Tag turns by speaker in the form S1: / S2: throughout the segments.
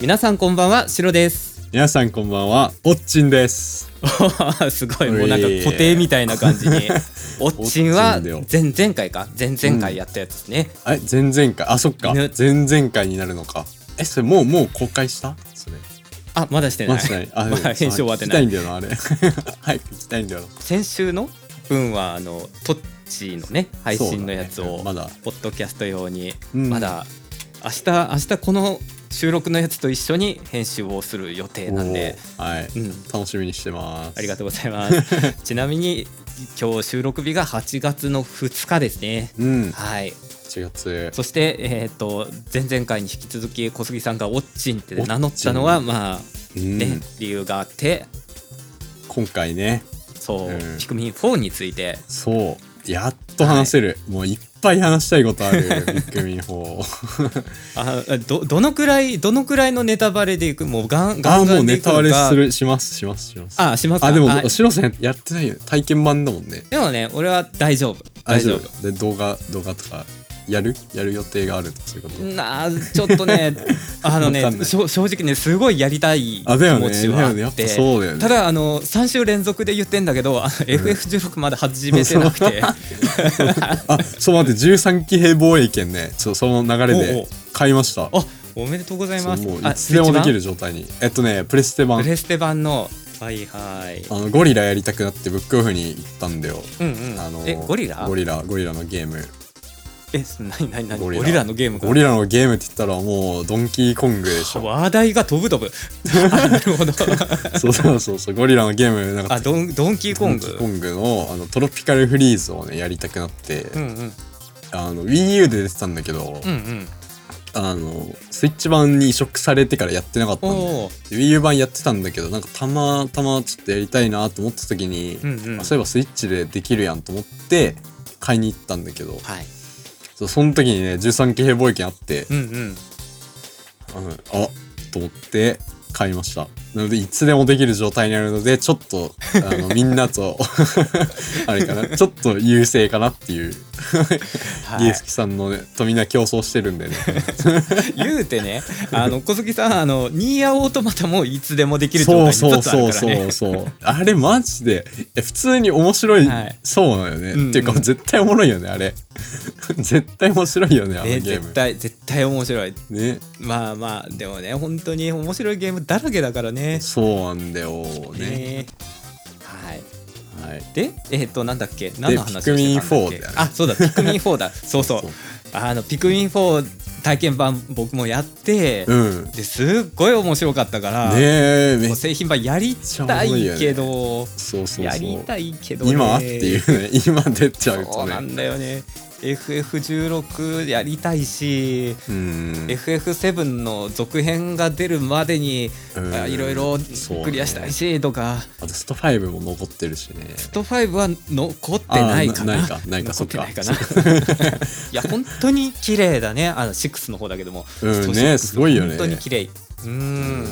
S1: 皆さんこんばんはシロです
S2: 皆さんこんばんは、おっちんです。
S1: おー すごいもうなんか固定みたいな感じ におっちん
S2: おっち
S1: は
S2: んだよ
S1: 前々回か前々回やったやつですね、
S2: え、前々回、あ、そっか、
S1: ね
S2: 前々回になるのか。え、それもう、もう公開したそれ。
S1: あまだしてない
S2: まあ、しない。あ、
S1: まだ編集終わってない
S2: 聞きたいんだよな、あれ。 早く聞きたいんだよな。
S1: 先週の分はあのトッチーのね配信のやつを、
S2: そうだねまだ
S1: ポッドキャスト用に、
S2: うん
S1: まだ明日明日この収録のやつと一緒に編集をする予定なんで、
S2: おーはい、
S1: うん
S2: 楽しみにしてます。
S1: ありが
S2: と
S1: とうござい ます。ちなみに今日収録日が8月の2日ですね。
S2: う。うん、
S1: はい。
S2: 8月。
S1: そしてえっ、と前々回に引き続き小杉さんがオッチンって
S2: オッチン
S1: 名乗ったのはまあ
S2: うん
S1: ね、理由があって、
S2: 今回ね、
S1: そう、
S2: うん
S1: ピクミン4について
S2: そう、やっと話せる。もういっぱい話したいことあ る、ビッグミン4。
S1: あどどのくらいどのくらいのネタバレでいくもうガンガ
S2: あ
S1: ン
S2: ー、
S1: ガ
S2: もう
S1: ンで
S2: ネ
S1: いくの
S2: タバレ
S1: か
S2: する、します、します、します。
S1: あしますか
S2: あ、でも、
S1: はい
S2: シロさんやってないよね。体験版だもんね。
S1: でもね俺は大丈夫
S2: 大
S1: 大
S2: 丈
S1: 丈
S2: 夫
S1: 夫
S2: で動画動画とかやるやる予定があるとかそういうこと、
S1: なあちょっと ねあの
S2: わかんな
S1: ね
S2: い
S1: しょ正直ねすごいやりたい気
S2: あだよね
S1: 持ちはあ
S2: だよねや
S1: っ
S2: っぱ
S1: て
S2: そうだよね
S1: ただあの3週連続で言ってんだけどあの FF16 まだ始めて なくて
S2: あそう待って13期兵防衛権ねそうその流れ
S1: おうお
S2: で
S1: う
S2: 買いました
S1: あおめでとうござい
S2: そ
S1: ま
S2: う
S1: す
S2: もう
S1: あ
S2: いつでもできる
S1: スイッチ
S2: 状態にえっとねプレステ
S1: 版
S2: 版
S1: プレステ版のはいはい
S2: あのゴリラやりたくなってブックオフに行ったんだよ、
S1: うんうん
S2: あの
S1: えゴリラ
S2: ゴリラゴリラのゲーム
S1: えそ何何何
S2: ゴ
S1: ゴ
S2: リ
S1: リ
S2: ラ
S1: ラのゲームが
S2: ゴリラのゲームって言ったらもうドンキーコングでしょ
S1: 話題が飛ぶ飛ぶ あなるほど
S2: そうそうそうそうゴリラのゲームなんか
S1: あドンドンキーコン
S2: ドンキ
S1: グ
S2: ーコングのあのトロピカルフリーズをねやりたくなって、
S1: うんうん
S2: あの WiiU で出てたんだけど、
S1: うんうん
S2: あのスイッチ版に移植されてからやってなかったんで
S1: おお
S2: WiiU 版やってたんだけどなんかたまたまちょっとやりたいなと思った時に、
S1: うんうん
S2: あそういえばスイッチでできるやんと思って買いに行ったんだけど
S1: はい
S2: そうその時にね13騎兵貿易券あって、
S1: うんうん
S2: あのあと思って買いましたなのでいつでもできる状態にあるのでちょっとあ のみんなとあれかなちょっと優勢かなっていう
S1: はい
S2: 家月さんのねとみんな競争してるんでね
S1: 言うてね、 あの小杉さん、あのニーヤオートマタもいつでもできる状態にちょっとあるからね。
S2: そうそうそうそう あれマジでえ普通に面白い、
S1: はい
S2: そうなのよね、
S1: うんうん
S2: っていうか絶対おもろいよねあれ 絶対面白いよねあのゲ
S1: ね、
S2: ーム
S1: 絶対絶対面白い
S2: ね
S1: まあまあでもね本当に面白いゲームだらけだからね
S2: そうなんだよね、
S1: ねはい
S2: はい
S1: でえっ、となんだっけ何の話をしてたんだっけ
S2: ピクミン4だよね
S1: あそうだピクミン4だ そうそう
S2: そう
S1: あのピクミン4体験版僕もやって、
S2: うん
S1: ですっごい面白かったから、
S2: ねえめ
S1: も
S2: っ
S1: う
S2: ち
S1: 製品版やりたいけど
S2: ゃそうそうそう
S1: やりたいけどね
S2: 今っていうね今出ちゃう
S1: そ
S2: と
S1: うな
S2: ね
S1: んだよね FF16 やりたいし、
S2: うん
S1: FF7 の続編が出るまでに
S2: うん
S1: あいろいろ
S2: そう
S1: クリアしたいしとか、
S2: あとスト5も残ってるしね
S1: スト5は残ってないかな
S2: あーなないかないか
S1: 残ってないかない
S2: そ
S1: や本当に綺麗だねあの6の方だけども、
S2: うん
S1: スト
S2: ね
S1: 6
S2: すごいよね
S1: 本当に綺麗うん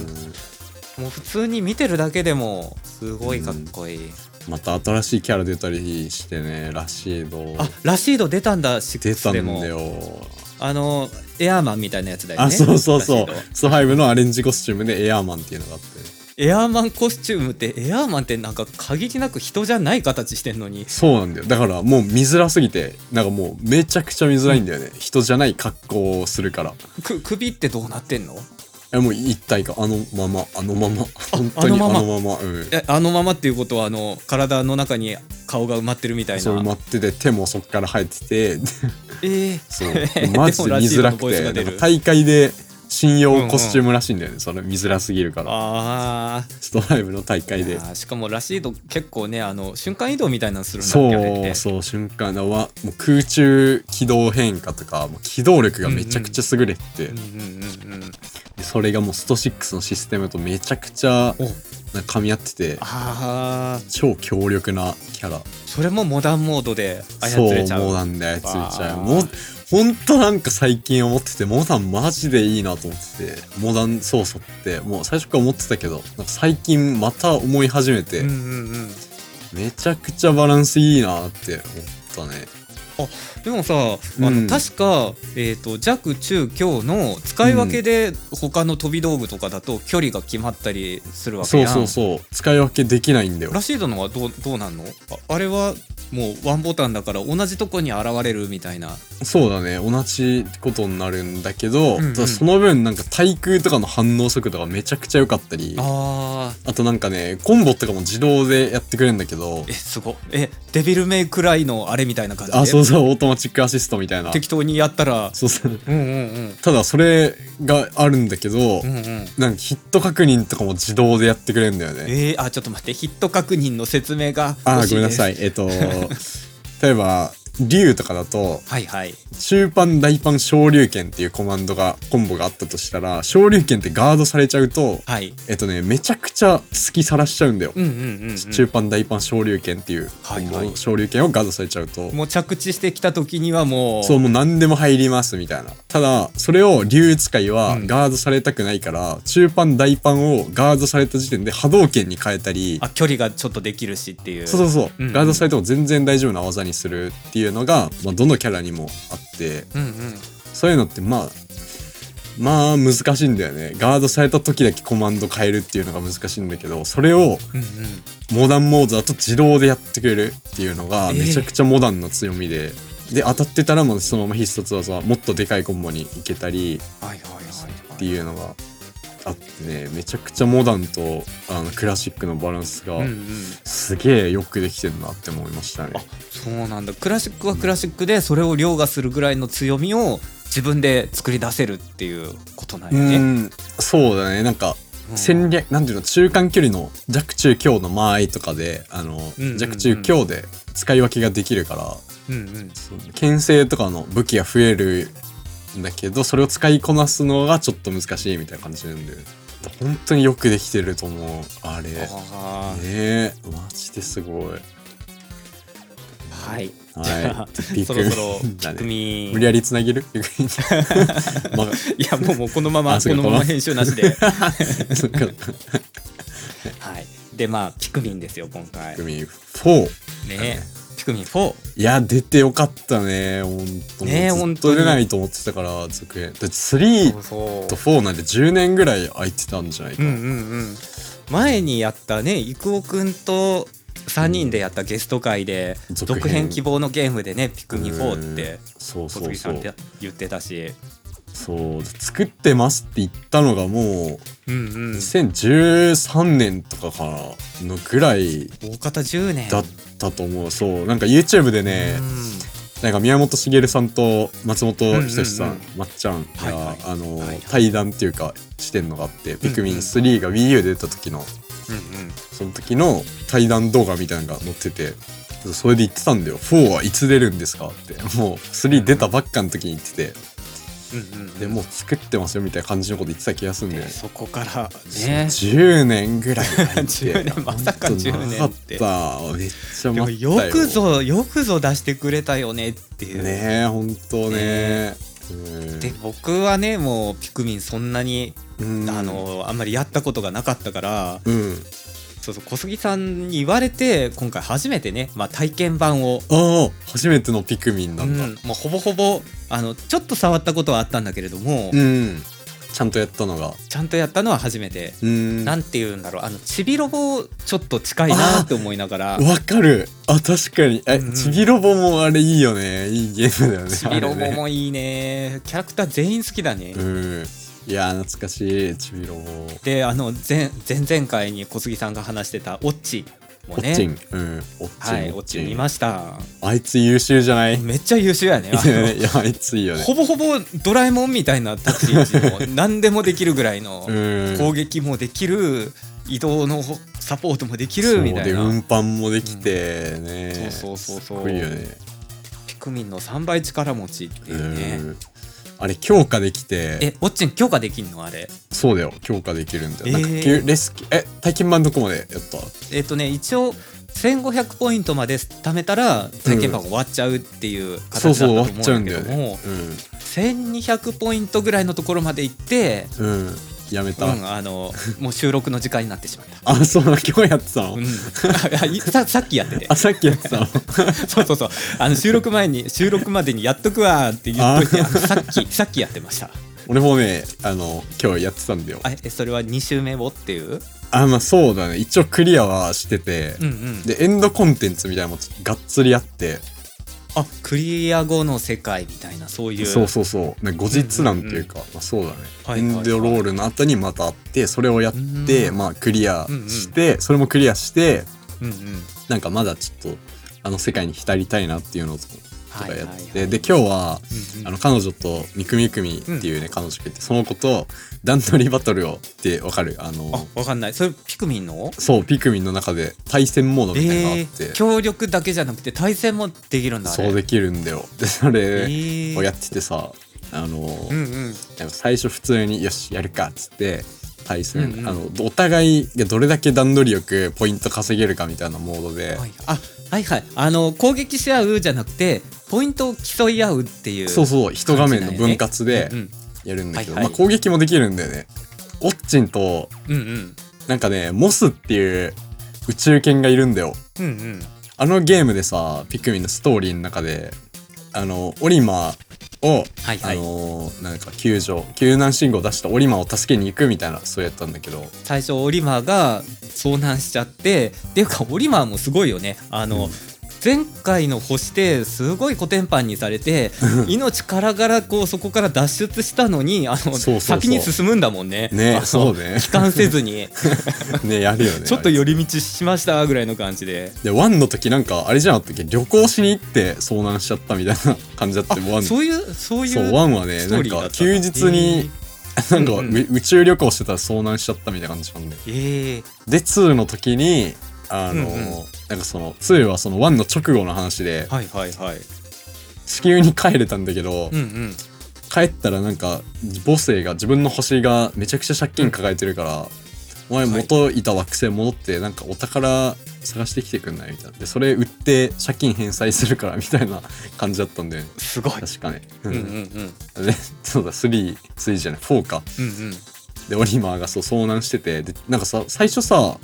S1: もう普通に見てるだけでもすごいかっこいい、
S2: また新しいキャラ出たりしてねらしいの
S1: あラシード出たんだ
S2: 出
S1: 6
S2: たんだ
S1: でも
S2: よ
S1: あのエアーマンみたいなやつだよね
S2: あ、そうそうそ
S1: ラ
S2: う
S1: シード。
S2: スト5のアレンジコスチュームでエアーマンっていうのがあって。
S1: エアーマンコスチュームってエアーマンってなんか限りなく人じゃない形してんのに
S2: そうなんだよ。だからもう見づらすぎて、なんかもうめちゃくちゃ見づらいんだよね。人じゃない格好をするから。
S1: く首ってどうなってんの
S2: え、もう一体か、あのまま、あのまま。本当にあの
S1: あ
S2: ま
S1: のまま
S2: ま。うん。
S1: えあのままっていうことはあの体の中に顔が埋まってるみたい
S2: そう埋ま
S1: な
S2: ってて、手もそっから生えてて、
S1: ええ。
S2: そう マジで見づらく
S1: もラジ
S2: て、
S1: オのボイスが出
S2: なん
S1: る
S2: か大会で信用コスチュームらしいんだよね。それ見づらすぎるから。
S1: あー
S2: スト5の大会
S1: い
S2: で
S1: や。ーしかもラシード結構ねあの瞬間移動みたいなのするんだっけあれっ
S2: そう
S1: て
S2: そう瞬間だわもう空中軌道変化とかもう機動力がめちゃくちゃ優れてて、
S1: うんうんうんうん
S2: でそれがもうスト6のシステムとめちゃくちゃ
S1: お
S2: なんか噛み合ってて
S1: ああ
S2: 超強力なキャラ
S1: それもモダンモードで操
S2: そう
S1: れちゃう
S2: モダンで操れちゃう
S1: わー
S2: もうほんとなんか最近思っててモダンマジでいいなと思っててモダン操作ってもう最初から思ってたけどなんか最近また思い始めて、
S1: うんうんうん
S2: めちゃくちゃバランスいいなって思ったね
S1: でもさあの、
S2: うん
S1: 確か、えー、と弱中強の使い分けで他の飛び道具とかだと距離が決まったりするわけ
S2: そう
S1: やん
S2: そうそう使い分けできないんだよ
S1: ラシードのはどうどうなんのああれはもうワンボタンだから同じとこに現れるみたいな
S2: そうだね同じことになるんだけど、
S1: うんうん
S2: ただその分なんか対空とかの反応速度がめちゃくちゃ良かったりあ
S1: あー
S2: となんかねコンボとかも自動でやってくれるんだけど
S1: えすごっえデビルメイクライのあれみたいな感じで
S2: あそうそうオートマチックアシストみたいな
S1: 適当にやったら
S2: そうそう
S1: うんうんうん
S2: ただそれがあるんだけど、
S1: うんうん
S2: なんかヒット確認とかも自動でやってくれるんだよね
S1: えー、あちょっと待ってヒット確認の説明が
S2: あ
S1: 欲
S2: ー
S1: しい
S2: ごめんな
S1: です
S2: さいえっと 例えば竜とかだと
S1: はいはい
S2: 中パン大パン昇竜拳っていうコマンドがコンボがあったとしたら昇竜拳ってガードされちゃうと
S1: はい
S2: えっとねめちゃくちゃ好きさらしちゃうんだよ、
S1: うんうんうん、
S2: 中パン大パン昇竜拳っていう、
S1: はいはい
S2: コンボ昇竜拳をガードされちゃうと
S1: うん、もう着地してきた時にはもう
S2: そうもう何でも入りますみたいなただそれを竜使いは
S1: うん
S2: ガードされたくないから、中パン大パンをガードされた時点で波動拳に変えたり
S1: あ距離がちょっとできるしっていう
S2: そうそうそう、
S1: うんうん
S2: ガードされても全然大丈夫な技にするっていうのが、まあ、どのキャラにもあって
S1: うんうん
S2: そういうのってまあまあ難しいんだよねガードされた時だけコマンド変えるっていうのが難しいんだけどそれを
S1: うんうん
S2: モダンモードだと自動でやってくれるっていうのが
S1: ええ
S2: めちゃくちゃモダンの強みで、で当たってたらもうそのまま必殺技もっとでかいコンボにいけたり
S1: はいはいはい
S2: っていうのがあってねめちゃくちゃモダンとあのクラシックのバランスが
S1: うんうん
S2: すげえよくできてるなって思いましたね。
S1: あそうなんだクラシックはクラシックでそれを凌駕するぐらいの強みを自分で作り出せるっていうことなん
S2: う
S1: やね、
S2: んそうだねなんか
S1: うん
S2: 戦略、なんていうの中間距離の弱中強の間合いとかであの、
S1: うんうんうん
S2: 弱中強で使い分けができるから
S1: うんうん
S2: そう牽制とかの武器が増えるんだけどそれを使いこなすのがちょっと難しいみたいな感じなんで本当によくできてると思うあれね
S1: あ
S2: えマジですごい
S1: ー はいじゃ
S2: は
S1: あ
S2: い
S1: そろそ ろ
S2: だ
S1: 匠
S2: ね無理やりつなげる まあ
S1: いやもうもうこのまま
S2: あ
S1: こ
S2: そうか
S1: のまま編集なし で
S2: そっか
S1: はいでまあピクミンですよ今回
S2: ピクミン4
S1: ねピクミン4
S2: いや出てよかったね本当
S1: ねえ
S2: ず
S1: 本
S2: っ
S1: 当
S2: と
S1: に
S2: 出ないと思ってたから続編だって3
S1: そう
S2: と4なんて10年ぐらい空いてたんじゃないか
S1: うん
S2: な、
S1: うんうん前にやったね郁夫くんと3人でやったゲスト会で、
S2: うん続編
S1: 続編希望のゲームでねピクミン4って
S2: そう
S1: 小
S2: そう
S1: 杉さ
S2: そ
S1: んっ
S2: う
S1: て言ってたし
S2: そう作ってますって言ったのがも
S1: うんう
S2: うん2013年とかからのぐらい
S1: 大方10年
S2: だったと思うそうなんか YouTube でね
S1: うん
S2: なんか宮本茂さんと松本人志さん、
S1: うんうん
S2: まっちゃんが、
S1: はいはい
S2: あの、
S1: はいはい
S2: 対談っていうかしてんのがあって、ピクミン
S1: うん
S2: 3が Wii U で出た時の
S1: うんうん
S2: その時の対談動画みたいなのが載っててそれで言ってたんだよ「4はいつ出るんですか?」ってもう3出たばっかの時に言ってて、
S1: うんうん
S2: でもう作ってますよみたいな感じのこと言ってた気がするんだよ
S1: で
S2: ね
S1: そこからね
S2: 10年ぐらい 空いて
S1: 10年まさか10年って
S2: なかっためっちゃ
S1: でも
S2: 待ったよ
S1: よくぞよくぞ出してくれたよねっていう
S2: ねえほんとね
S1: で僕はねもうピクミンそんなに、
S2: うん
S1: あのあんまりやったことがなかったから
S2: うん
S1: そうそう小杉さんに言われて今回初めてね、まあ、体験版を、
S2: ああ初めてのピクミンな
S1: うん
S2: だ
S1: んもうほぼほぼあのちょっと触ったことはあったんだけれども、
S2: うん、ちゃんとやったのが
S1: ちゃんとやったのは初めて。
S2: うん
S1: なんて言うんだろうあのちびロボちょっと近いなって思いながら
S2: わかるあ確かにえ
S1: うん
S2: ちびロボもあれいいよねいいゲームだよね
S1: ちびロ
S2: あ
S1: ボ
S2: れね
S1: もいいねキャラクター全員好きだね、
S2: うんいやー懐かしいちびロボ
S1: であの前前々回に小杉さんが話してたオッチも
S2: オッチ
S1: ね
S2: ンうんオッチン
S1: はいオッチ見ました
S2: あいつ優秀じゃないい
S1: めっちゃ優秀やねあの
S2: や いやあいついいよね
S1: ほぼほぼドラえもんみたいな立ち位置の何でもできるぐらいの
S2: うん
S1: 攻撃もできる移動のサポートもでき
S2: そ
S1: る
S2: う
S1: みたい
S2: で
S1: な、
S2: 運搬もできてね、
S1: うんそうそうそうそう
S2: すごいよね
S1: ピクミンの3倍力持ちっていうね、
S2: うんあれ強化できて
S1: えオッチン強化できんのあれ
S2: そうだよ強化できるんだよ、
S1: えー
S2: なんか急レスキューえ体験版どこまでやった
S1: えっ、とね一応1500ポイントまで貯めたら体験版が終わっちゃうっていう
S2: そう
S1: 形だ
S2: そう
S1: っ
S2: 終
S1: た
S2: わ
S1: と
S2: っちゃ
S1: 思う
S2: うんん
S1: だ
S2: だ
S1: けども
S2: よねうん
S1: 1200ポイントぐらいのところまで行って
S2: うんやめた、
S1: うん、あのもう収録の時間になってしまった。
S2: あそうなの 今日やってたの、
S1: うん、 あいささっきやってて
S2: あさっき やってたの
S1: そうそうそうあの収録前に収録までにやっとくわーって言っといてあのさっきさっきやってました
S2: 俺もねあの今日やってたんだよ
S1: あえそれは2週目をっていう
S2: あまあそうだね一応クリアはしてて、
S1: うんうん
S2: でエンドコンテンツみたいなのもがっつりあって
S1: あクリア後の世界みたいなそういう
S2: そうそうそうね後日談というか、まあ、そうだね、
S1: はいはいはい
S2: エンドロールの後にまたあってそれをやって、
S1: う
S2: まあクリアして、それもクリアして
S1: うんうん
S2: なんかまだちょっとあの世界に浸りたいなっていうのとと
S1: はい
S2: か
S1: はい
S2: やっ
S1: はい
S2: て、で今日は
S1: うんうん
S2: あの彼女とみくみくみっていうね、彼女がいてその子と段取りバトルをってわかるあの
S1: あわかんないそれピクミンの
S2: そうピクミンの中で対戦モードみたいなのがあ
S1: え
S2: って、
S1: ー、協力だけじゃなくて対戦もできるんだあれ
S2: そうできるんだよでそ
S1: え
S2: れ
S1: ー
S2: をやっててさ、あの、
S1: うんうん
S2: なんか最初普通によしやるかっつって対戦、
S1: うんうん
S2: あのお互いがどれだけ段取りよくポイント稼げるかみたいなモードで、
S1: はい、あはいはいあの攻撃し合うじゃなくてポイントを競い合うっていう
S2: そうそう一画面の分割で
S1: うん
S2: やるんだけど、
S1: はいはい
S2: まあ、攻撃もできるんだよね。オッチンと
S1: うんうん
S2: なんかねモスっていう宇宙犬がいるんだよ
S1: うんうん
S2: あのゲームでさピクミンのストーリーの中であのオリマを、
S1: はいはい
S2: あのなんか救助救難信号出したオリマを助けに行くみたいなそうやったんだけど
S1: 最初オリマーが遭難しちゃってっていうかオリマーもすごいよねあの、
S2: うん
S1: 前回の星ですごいコテンパンにされて命からがらこうそこから脱出したのにあの
S2: そうそう
S1: 先に進むんだもんねあ
S2: ね
S1: の
S2: そうね
S1: 帰還せず に
S2: ねやるよね
S1: ちょっと寄り道しましたぐらいの感じで
S2: でワンの時なんかあれじゃなかったっけ旅行しに行って遭難しちゃったみたいな 感じだったよワン
S1: そういうそういう
S2: そうワンはね
S1: スト
S2: な
S1: ー
S2: ん
S1: リーだ
S2: か
S1: った
S2: 休日になんか、
S1: うんうん
S2: う宇宙旅行してたら遭難しちゃったみたいな感じなんで
S1: えーえー
S2: で2の時にあの、
S1: うんうん
S2: なんかその2はその1の直後の話で
S1: はいはいはい
S2: 地球に帰れたんだけど、
S1: うんうん
S2: 帰ったらなんか母星が自分の星がめちゃくちゃ借金抱えてるから、お前元いた惑星戻ってなんかお宝探してきてくんないみたいなでそれ売って借金返済するからみたいな感じだったんで、ね、
S1: すごい
S2: 確かね、
S1: う
S2: うん
S1: うんうんんうん
S2: でそうだ3 3じゃない4か
S1: うん
S2: でオリマーがそう遭難しててでなんかさ最初さ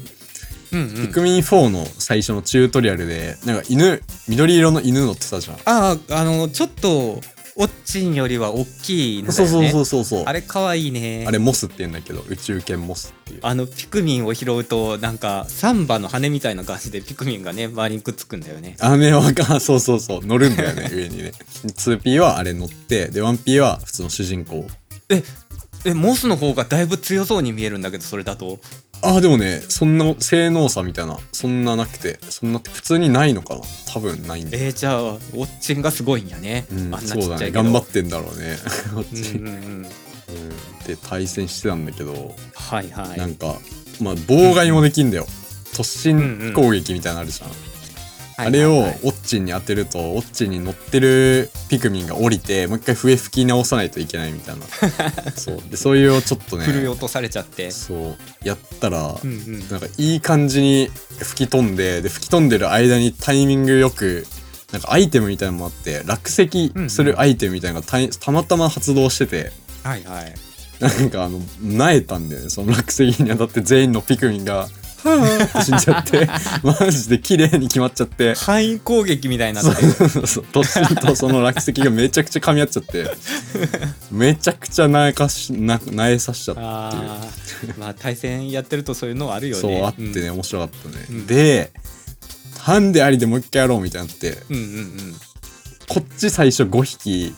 S1: うんう
S2: ピ
S1: ん
S2: クミン4の最初のチュートリアルでなんか犬緑色の犬乗ってたじゃん、
S1: あああのちょっとオッチンよりは大きいのだ
S2: そう
S1: よ
S2: そうそ
S1: ね
S2: うそうそう
S1: あれ可愛いね
S2: あれモスって言うんだけど宇宙犬モスっていう
S1: あのピクミンを拾うとなんかサンバの羽みたいな感じでピクミンがね周りにくっつくんだよね
S2: アメワが そうそうそう乗るんだよね 上にね 2P はあれ乗ってで 1P は普通の主人公
S1: えモスの方がだいぶ強そうに見えるんだけどそれだと
S2: ああでもねそんな性能差みたいなそんななくてそんな普通にないのかな多分ないんで、
S1: えー、じゃあオッチンがすごいんやね、
S2: うん
S1: あんなちっ
S2: そうだ
S1: ちゃ
S2: ね
S1: いけど
S2: 頑張ってんだろうねこっ
S1: う
S2: ち、
S1: んうんうん
S2: うんで対戦してたんだけど、
S1: はいはい
S2: なんかまあ妨害もできんだよ突進攻撃みたいなのあるじゃん、あれ
S1: はい
S2: を
S1: はいはい
S2: オッチンに当てるとオッチンに乗ってるピクミンが降りてもう一回笛吹き直さないといけないみ たいなそうでそういうをちょっとね
S1: 振り落とされちゃって
S2: そうやったら、
S1: うんうん
S2: なんかいい感じに吹き飛んでで吹き飛んでる間にタイミングよくなんかアイテムみたいなのもあって落石するアイテムみたいなのがた,、たまたま発動してて
S1: はいはい
S2: なんかあのなえたんだよねその落石に当たって全員のピクミンが「はぁーって死んじゃって マジで綺麗に決まっちゃって。
S1: 範囲攻撃みたいになっ
S2: そ
S1: て
S2: うそうそう突進とその落石がめちゃくちゃ噛み合っちゃってめちゃくちゃなえかしななえさしちゃった
S1: あーまあ対戦やってるとそういうのはあるよね
S2: そうあってね、
S1: ん
S2: 面白かったね、
S1: うん
S2: でハンデありでもう一回やろうみたいになって
S1: うんうんうん
S2: こっち最初5匹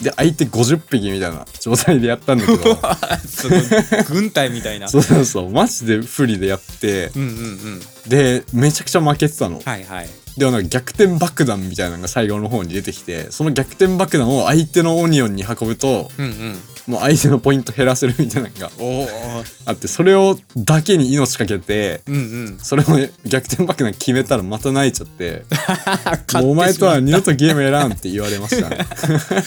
S2: で相手50匹みたいな状態でやったんだ けど
S1: すごい軍隊みたいな
S2: そうそうそうマジで不利でやって
S1: うんうんうん
S2: でめちゃくちゃ負けてたの、
S1: はいはい
S2: でもなんか逆転爆弾みたいなのが最後の方に出てきてその逆転爆弾を相手のオニオンに運ぶと
S1: うんうん
S2: もう相手のポイント減らせるみたいなのが
S1: おお
S2: あってそれをだけに命かけて
S1: うんうん
S2: それをね逆転爆弾決めたらまた泣いち ゃって
S1: 買って
S2: もうお前とは
S1: し
S2: 二度とゲームやらんって言われましたね。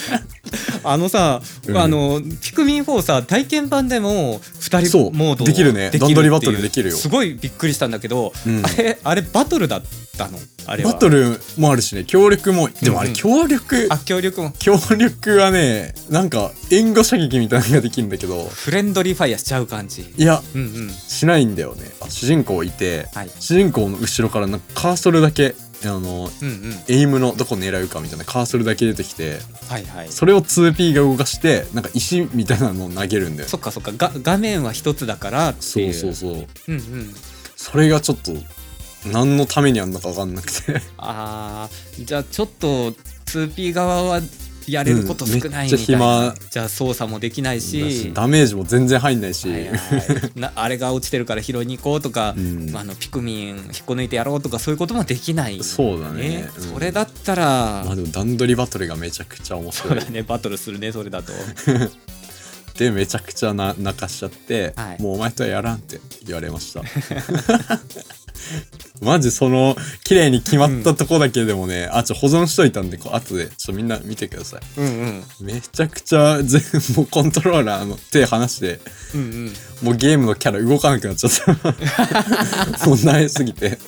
S1: まったあのさ、
S2: うん
S1: あのピクミン4さ体験版でも2
S2: そう
S1: 人モード
S2: できるね
S1: っていう
S2: 段取りバトルできるよ
S1: すごいびっくりしたんだけど、
S2: うん
S1: あれあれバトルだったの あれは
S2: バトルもあるしね協力もでもあ
S1: う
S2: れ
S1: んうん
S2: 協力、
S1: あ協力も
S2: 協力はねなんか援護射撃みたいなのができるんだけど
S1: フレンドリーファイアしちゃう感じ
S2: いや
S1: うんうん
S2: しないんだよね主人公いて
S1: はい
S2: 主人公の後ろからなんかカーソルだけあの
S1: うんうん
S2: エイムのどこ狙うかみたいなカーソルだけ出てきて
S1: はいはい
S2: それを 2P が動かしてなんか石みたいなのを投げるんだよ
S1: そっかそっかが画面は一つだからって
S2: そ
S1: いうう
S2: そうそう
S1: うんうん
S2: それがちょっと何のためにあんのか分かんなくて
S1: あーじゃあちょっと 2P 側はやれること少ない
S2: うんめっ
S1: み
S2: ち
S1: た
S2: ゃ
S1: いな、
S2: 暇
S1: じゃあ操作もできないし
S2: ダメージも全然入んないし、
S1: はいはいなあれが落ちてるから拾いに行こうとか、
S2: うん
S1: あのピクミン引っこ抜いてやろうとかそういうこともできない、
S2: そうだねうん
S1: それだったら、
S2: まあでも段取りバトルがめちゃくちゃ面
S1: そう
S2: 白い
S1: だねバトルするねそれだ と
S2: でめちゃくちゃな泣かしちゃって、
S1: はい
S2: もうお前とはやらんって言われました マジその綺麗に決まったとこだけでもね、あちょ保存しといたんでこう後でちょっとみんな見てください
S1: うんうん
S2: めちゃくちゃ全部もうコントローラーの手離して
S1: うんうん
S2: もうゲームのキャラ動かなくなっち ゃった もう慣れすぎて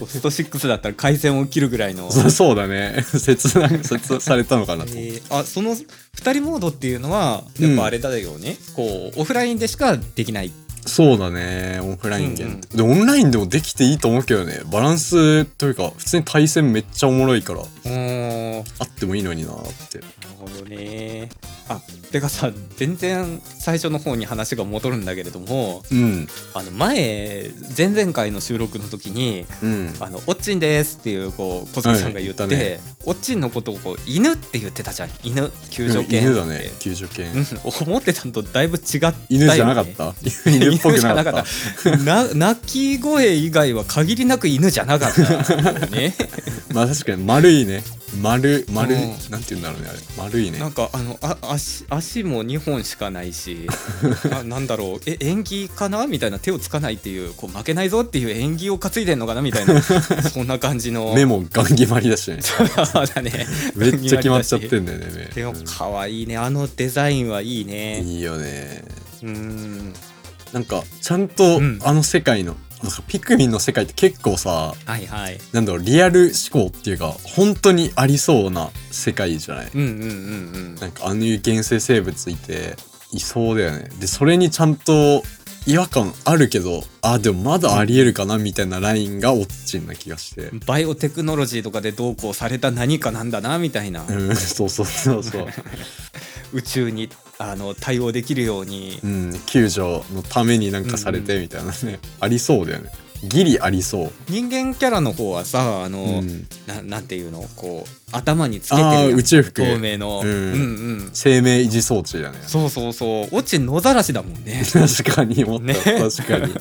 S1: コスト6だったら回線を切るぐらいの
S2: そ そうだね切断切断されたのかなと、
S1: えーあその2人モードっていうのはやっぱあれだよね、こうオフラインでしかできない
S2: そうだねオフラインゲームって、でオンラインでもできていいと思うけどねバランスというか普通に対戦めっちゃおもろいから
S1: うーんなる
S2: あってもいいのになって
S1: ほどねあてかさ全然最初の方に話が戻るんだけれども
S2: うん
S1: あの前前々回の収録の時に
S2: うん
S1: 「あのオッチンです」っていうこう小杉さんが言って、
S2: はい言っ
S1: オッチンのことをこう犬って言ってたじゃん犬救助犬
S2: 犬だ
S1: っ
S2: ね
S1: て
S2: 救助
S1: う
S2: 犬
S1: ん 思ってたのとだいぶ違ったよね
S2: 犬じゃな かった、犬っぽくなかった
S1: な鳴き声以外は限りなく犬じゃなかった、ね、
S2: まあ確かに丸いね丸丸、
S1: うん
S2: なんて言うんだろうねあれ丸いね
S1: なんかあのあ足足も2本しかないしあなんだろうえ縁起かなみたいな手をつかないっていうこう負けないぞっていう縁起を担いでんのかなみたいなそんな感じの
S2: 目もガン決まりだしね
S1: そうだね
S2: めっちゃ決まっちゃって
S1: る
S2: んだよね目
S1: でも可愛いねあのデザインはいいね
S2: いいよね
S1: うん
S2: なんかちゃんと
S1: うん
S2: あの世界の、なんかピクミンの世界って結構さ
S1: はいはい
S2: なんだろうリアル思考っていうか本当にありそうな世界じゃない、
S1: うんうんうん
S2: なんかあのいう原生生物いていそうだよねでそれにちゃんと違和感あるけどあでもまだありえるかなみたいなラインがオッチンな気がして
S1: う、んバイオテクノロジーとかでどうこうされた何かなんだなみたいな、
S2: うん、 そうそうそう そう、
S1: 宇宙にあの対応できるように
S2: うん、救助のためになんかされてみたいなね、ありそうだよねギリありそう、
S1: 人間キャラの方はさあの、
S2: うん、
S1: ななんていうのこう頭につけてる
S2: ああ
S1: やん
S2: 宇宙服
S1: 透明の、
S2: うん
S1: うんうん
S2: 生命維持装置だね
S1: そうそうそうオチ野ざらしだもんね
S2: 確かに思った、
S1: ね
S2: 確かに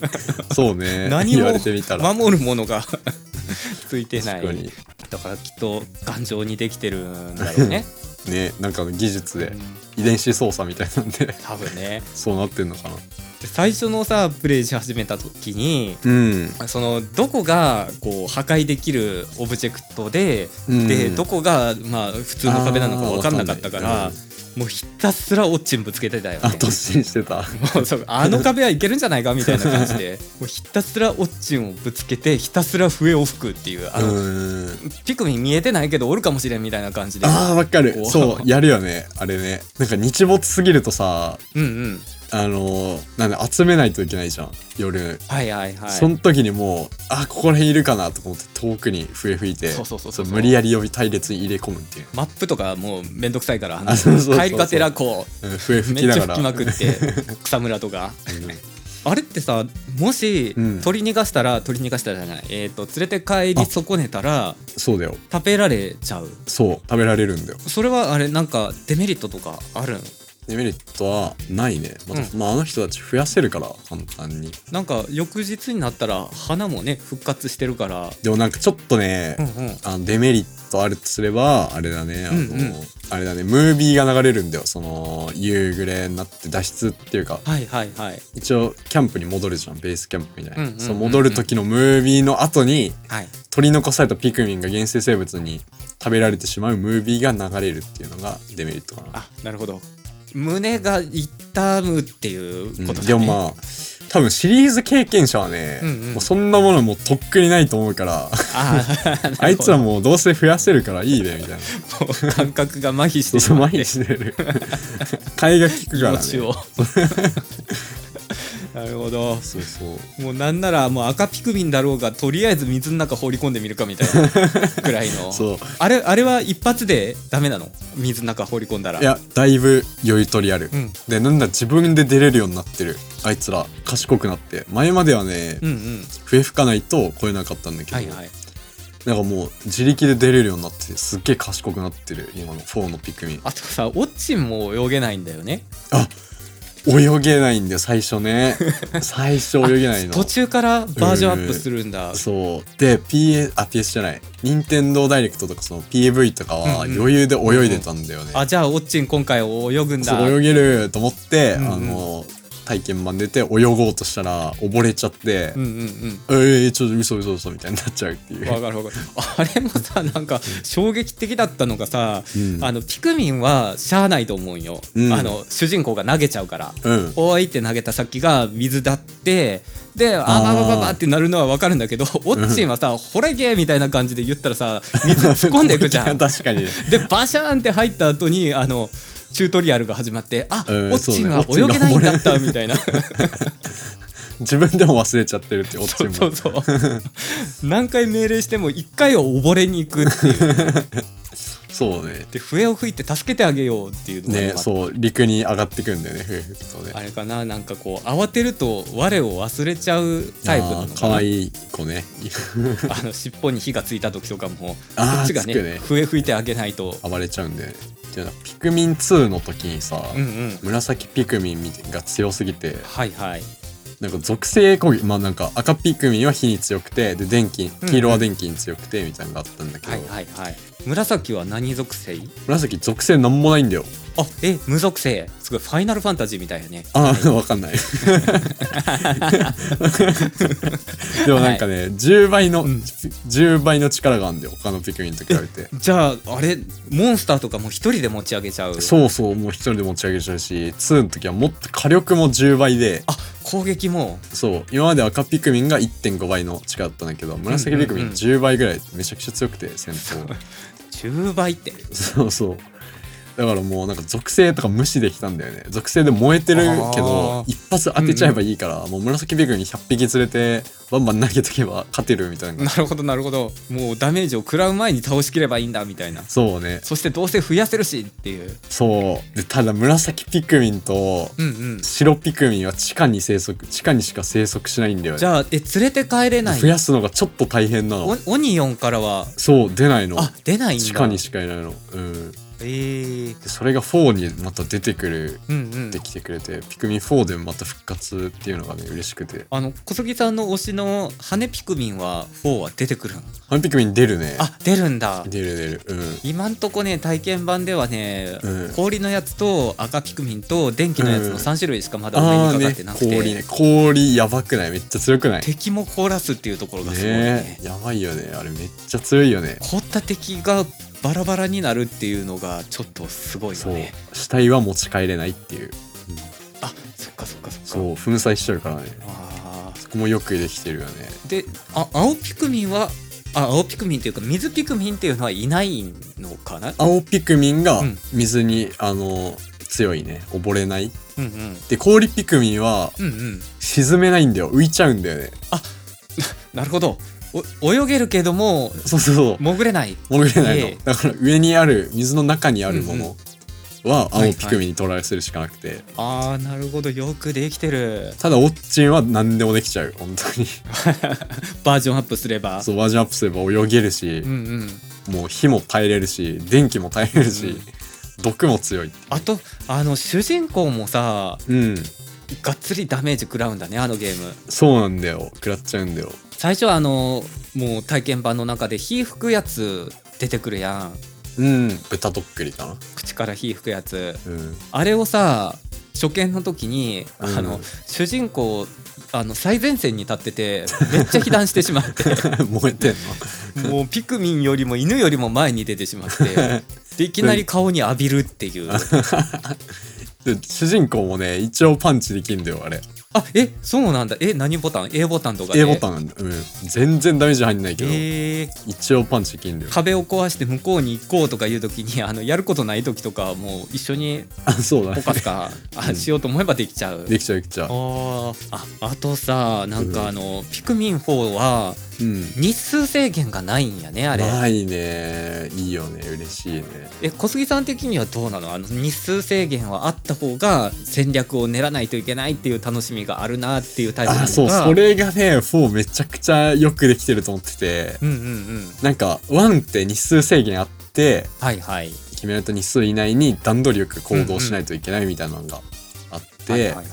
S2: そうね
S1: 何
S2: 言
S1: も
S2: われてみたら
S1: 守るものが ついてな
S2: 確か
S1: い
S2: に
S1: だからきっと頑丈にできてるんだろう ね、
S2: ねなんかの技術
S1: う
S2: で
S1: ん
S2: 遺伝子操作みたいなんで
S1: 多分ね
S2: そうなってんのかな
S1: で最初のさプレイし始めた時に
S2: うん
S1: そのどこがこう破壊できるオブジェクトで、
S2: うん
S1: でどこがまあ普通の壁なのか
S2: あー
S1: 分かんなかったから
S2: わかんない
S1: もうひたすらオッチンぶつけてたよね。
S2: 後進してた
S1: もうそうあの壁はいけるんじゃないかみたいな感じで もうひたすらオッチンをぶつけてひたすら笛を吹くっていうあ
S2: う
S1: の、
S2: ーん
S1: ピクミン見えてないけどおるかもしれんみたいな感じで
S2: あーわかる
S1: こう
S2: そうやるよねあれねなんか日没すぎるとさ
S1: うんうん
S2: あのーなんで集めないといけないじゃん夜、
S1: はいはいはい
S2: その時にもうあここら辺いるかなと思って遠くに笛吹いて
S1: そうそうそうそう
S2: 無理やり呼び隊列に入れ込むっていう、
S1: マップとかもうめんどくさいからあの
S2: あそうそうそうそう
S1: 帰りがてらこ
S2: うん、笛
S1: う
S2: 吹
S1: め
S2: き
S1: っ
S2: な
S1: ちゃ
S2: が
S1: 吹
S2: ら
S1: きまくって 草むらとか
S2: うん
S1: あれってさもし、
S2: うん
S1: 取り逃がしたら取り逃がしたらじゃない、えー、と連れて帰り損ねたら
S2: そうだよ
S1: 食べられちゃう
S2: そう食べられるんだよ
S1: それはあれなんかデメリットとかあるん
S2: デメリットはないね、また
S1: う
S2: まあ、あの人たち増やせるから簡単に
S1: なんか翌日になったら花もね復活してるから
S2: でもなんかちょっとね、
S1: うんうん
S2: あのデメリットあるとすればあれだねあの、
S1: うんうん
S2: あれだねムービーが流れるんだよその夕暮れになって脱出っていうか
S1: はいはいはい
S2: 一応キャンプに戻るじゃんベースキャンプみたいな、
S1: うんうんうんうん
S2: その戻る時のムービーの後に
S1: はい
S2: 取り残されたピクミンが原生生物に食べられてしまうムービーが流れるっていうのがデメリットかな
S1: あなるほど胸が痛むっていう
S2: うん
S1: ことだね、
S2: でもまあ多分シリーズ経験者はね、
S1: うんうん
S2: もうそんなものもうとっくにないと思 うから
S1: あー
S2: あいつ
S1: な
S2: ら
S1: る
S2: もうどうせ増やせるからいい ねみたいな
S1: ほどもう 感覚が麻痺して
S2: そう
S1: し
S2: そう
S1: まっ
S2: 麻
S1: て
S2: 痺して る替えが効く
S1: 気
S2: から
S1: 持
S2: ね
S1: ちを なるほど
S2: そうそう
S1: もうなんならもう赤ピクミンだろうがとりあえず水の中放り込んでみるかみたいなくらいの
S2: そう
S1: あれあれは一発でダメなの水の中放り込んだら
S2: いやだいぶ余裕取りある、
S1: うん
S2: でなんだ自分で出れるようになってるあいつら賢くなって前まではね、
S1: うんうん
S2: 笛吹かないと超えなかったんだけど、
S1: はいはい
S2: なんかもう自力で出れるようになってすっげえ賢くなってる今の4のピクミン
S1: あとさオッチンも泳げないんだよね
S2: あ泳げないんだよ最 初ね最初泳げないの
S1: 途中からバージョンアップするんだ、
S2: そうで PS あ PS じゃない任天堂ダイレクトとかその PV とかは
S1: うんうん
S2: 余裕で泳いでたんだよね、
S1: あじゃあオッチン今回泳ぐんだ
S2: そう泳げると思って、
S1: うんうん
S2: あの体験版出て泳ごうとしたら溺れちゃって、
S1: うんうん
S2: ええちょっと嘘嘘嘘みたいになっちゃうってい
S1: うん
S2: う
S1: わかるわかるあれもさなんか衝撃的だったのがさ、
S2: うん
S1: あのピクミンはしゃあないと思うんよ、
S2: うん
S1: あの主人公が投げちゃうから
S2: うん
S1: おーいって投げた先が水だってであー
S2: あー
S1: ばばばばってなるのはわかるんだけどオッチンはさ「ほれげ!」みたいな感じで言ったらさ水突っ込んでいくじゃん。
S2: 確かに
S1: でバシャーンって入った後にあのチュートリアルが始まって「あ、
S2: うん
S1: オッチンは
S2: そうね
S1: 泳げないんだった」みたいな
S2: 自分でも忘れちゃってるってオッチ
S1: そう
S2: ン
S1: そ
S2: も
S1: うそう何回命令しても1回を溺れに行くっていう
S2: そうね
S1: で笛を吹いて助けてあげようっていうのが
S2: ね
S1: まあ
S2: そう陸に上がってくんだよね夫婦とね
S1: あれかななんかこう慌てると我を忘れちゃうタイプなの
S2: あー
S1: か
S2: 可
S1: な
S2: 愛い子ね
S1: あの尻尾に火がついた時とかもこ
S2: あー
S1: っちがね
S2: つくね
S1: 笛吹いてあげないと
S2: 暴れちゃうんでじゃあピクミン2の時にさ、
S1: うんうん
S2: 紫ピクミンみたいが強すぎて
S1: はいはい
S2: なんか属性攻撃まあなんか赤ピクミンは火に強くてで電気
S1: うん
S2: 黄色は電気に強くてみたいなのがあったんだけど、
S1: はいはいはい紫は何属性
S2: 紫属性なんもないんだよ
S1: あえ無属性すごいファイナルファンタジーみたいやね
S2: あ あ、わか んない。でもなんかね、10倍の、
S1: うん
S2: 10倍の力があるんだよ、他のピクミンと 比べて。
S1: じゃああれモンスターとかも一人で持ち上げちゃう
S2: そうそう、もう一人で持ち上げちゃうし、2の時はもっと火力も10倍で、
S1: あ攻撃も
S2: そう、今まで赤ピクミンが1.5倍の力だったんだけど、紫ピクミン
S1: うんうんうん
S2: 10倍ぐらいめちゃくちゃ強くて、戦闘。
S1: 10倍って
S2: そうそう。だからもうなんか属性とか無視できたんだよね属性で燃えてるけ
S1: あー
S2: ど一発当てちゃえばいいから、もう紫ビグに100匹連れてバンバン投げとけば勝てるみたいな
S1: なるほどなるほどもうダメージを食らう前に倒しきればいいんだみたいな
S2: そうね
S1: そしてどうせ増やせるしっていう
S2: そうでただ紫ピクミンと
S1: うんうん
S2: 白ピクミンは地下に生息地下にしか生息しないんだよね
S1: じゃあえ連れて帰れない
S2: 増やすのがちょっと大変なの
S1: おオニオンからは
S2: そう出ないの
S1: あ出ないんだ
S2: 地下にしかいないのうんで
S1: えー、
S2: それが4にまた出てくる
S1: うんうん
S2: できてくれて、ピクミン4でまた復活っていうのがね嬉しくて
S1: あの小杉さんの推しの羽ピクミンは4は出てくるの
S2: ハンピクミン出るね。
S1: あ出るんだ
S2: 出る出る。う
S1: 今んとこね体験版ではね、
S2: うん
S1: 氷のやつと赤ピクミンと電気のやつ
S2: うん
S1: の3種類しかまだ
S2: ん。
S1: お目にかか
S2: ね
S1: ってなくて、
S2: 氷ね。氷やばくないめっちゃ強くないね
S1: 敵も凍らすっていうところがすごいね
S2: え。やばいよね。あれめっちゃ強いよね。
S1: 凍った敵がバラバラになるっていうのがちょっとすごいよ
S2: そう
S1: ね。
S2: 死体は持ち帰れないっていう。
S1: あそっかそっかそっか
S2: そう、粉砕しちゃうからね。
S1: あー
S2: そこもよくできてるよね。
S1: であ青ピクミンはあ青ピクミンっていうか水ピクミンっていうのはいないのかな
S2: 青ピクミンが
S1: うん
S2: 水に、あの、強いね。溺れない。
S1: うんうん
S2: で、氷ピクミンは
S1: うんうん
S2: 沈めないんだよ。浮いちゃうんだよね。
S1: なるほどお泳げるけども
S2: そうそうそう。
S1: 潜れない
S2: 潜れないの、
S1: ええ
S2: だから上にある水の中にあるものは
S1: うんうん
S2: 青ピクミンにトライするしかなくて、
S1: あーなるほどよくできてる
S2: ただオッチンは何でもできちゃう本当に
S1: バージョンアップすれば
S2: そうバージョンアップすれば泳げるし
S1: う、んうん
S2: もう火も耐えれるし電気も耐えれるし、
S1: うん
S2: 毒も強い
S1: あとあの主人公もさ
S2: うん
S1: がっつりダメージ食らうんだねあのゲーム
S2: そうなんだよ食らっちゃうんだよ
S1: 最初はあのもう体験版の中で火吹くやつ出てくるやん
S2: うん豚とっくりかな
S1: 口から火吹くやつ
S2: うん
S1: あれをさ初見の時に、
S2: うん
S1: あの主人公あの最前線に立っててめっちゃ被弾してしまって
S2: 燃えてんの
S1: も うピクミンよりも犬よりも前に出てしま ってでいきなり顔に浴びるっていう
S2: で主人公もね一応パンチできんだよあれ
S1: あえそうなんだえ何ボタン A ボタンとかで
S2: A ボタン、うん、全然ダメージ入んないけど、
S1: えー
S2: 一応パンチ金で
S1: 壁を壊して向こうに行こうとかいう時にあのやることない時とかもう一緒に
S2: あ そうだ
S1: ポ
S2: ね
S1: カスカあ
S2: うん
S1: しようと思えばできちゃう。
S2: できちゃうできちゃう
S1: あーああとさなん
S2: うん
S1: かあの、ピクミン4は
S2: うん
S1: 日数制限がないんやねあれ、
S2: ないねいいよね嬉しいね
S1: え小杉さん的にはどうなのあの日数制限はあった方が戦略を練らないといけないっていう楽しみがあるなっていうタイプなのか
S2: あそうそれがね4めちゃくちゃよくできてると思ってて
S1: うんうんうん
S2: なんか1って日数制限あって
S1: はいはい
S2: 決められた日数以内に段取りよく行動しないといけないみたいなのがあって、
S1: はいはいは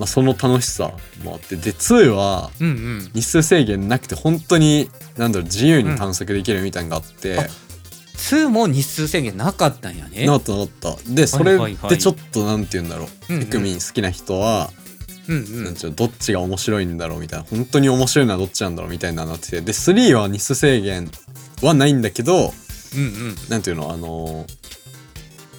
S2: まあ、その楽しさもあってで2はい
S1: うんうん
S2: 日数制限なくて本当になんだろう自由に探索できるみたいなのがあって、
S1: あ2も日数制限なかったんやね
S2: なったなったでそれ
S1: はいはい
S2: でちょっとなんて言うんだろう、
S1: うんうん
S2: ピクミン好きな人は、
S1: うん
S2: な
S1: うんん
S2: ちゅうのどっちが面白いんだろうみたいな本当に面白いのはどっちなんだろうみたいなのになっててで3は日数制限はないんだけど
S1: うんうん
S2: なんていうのあの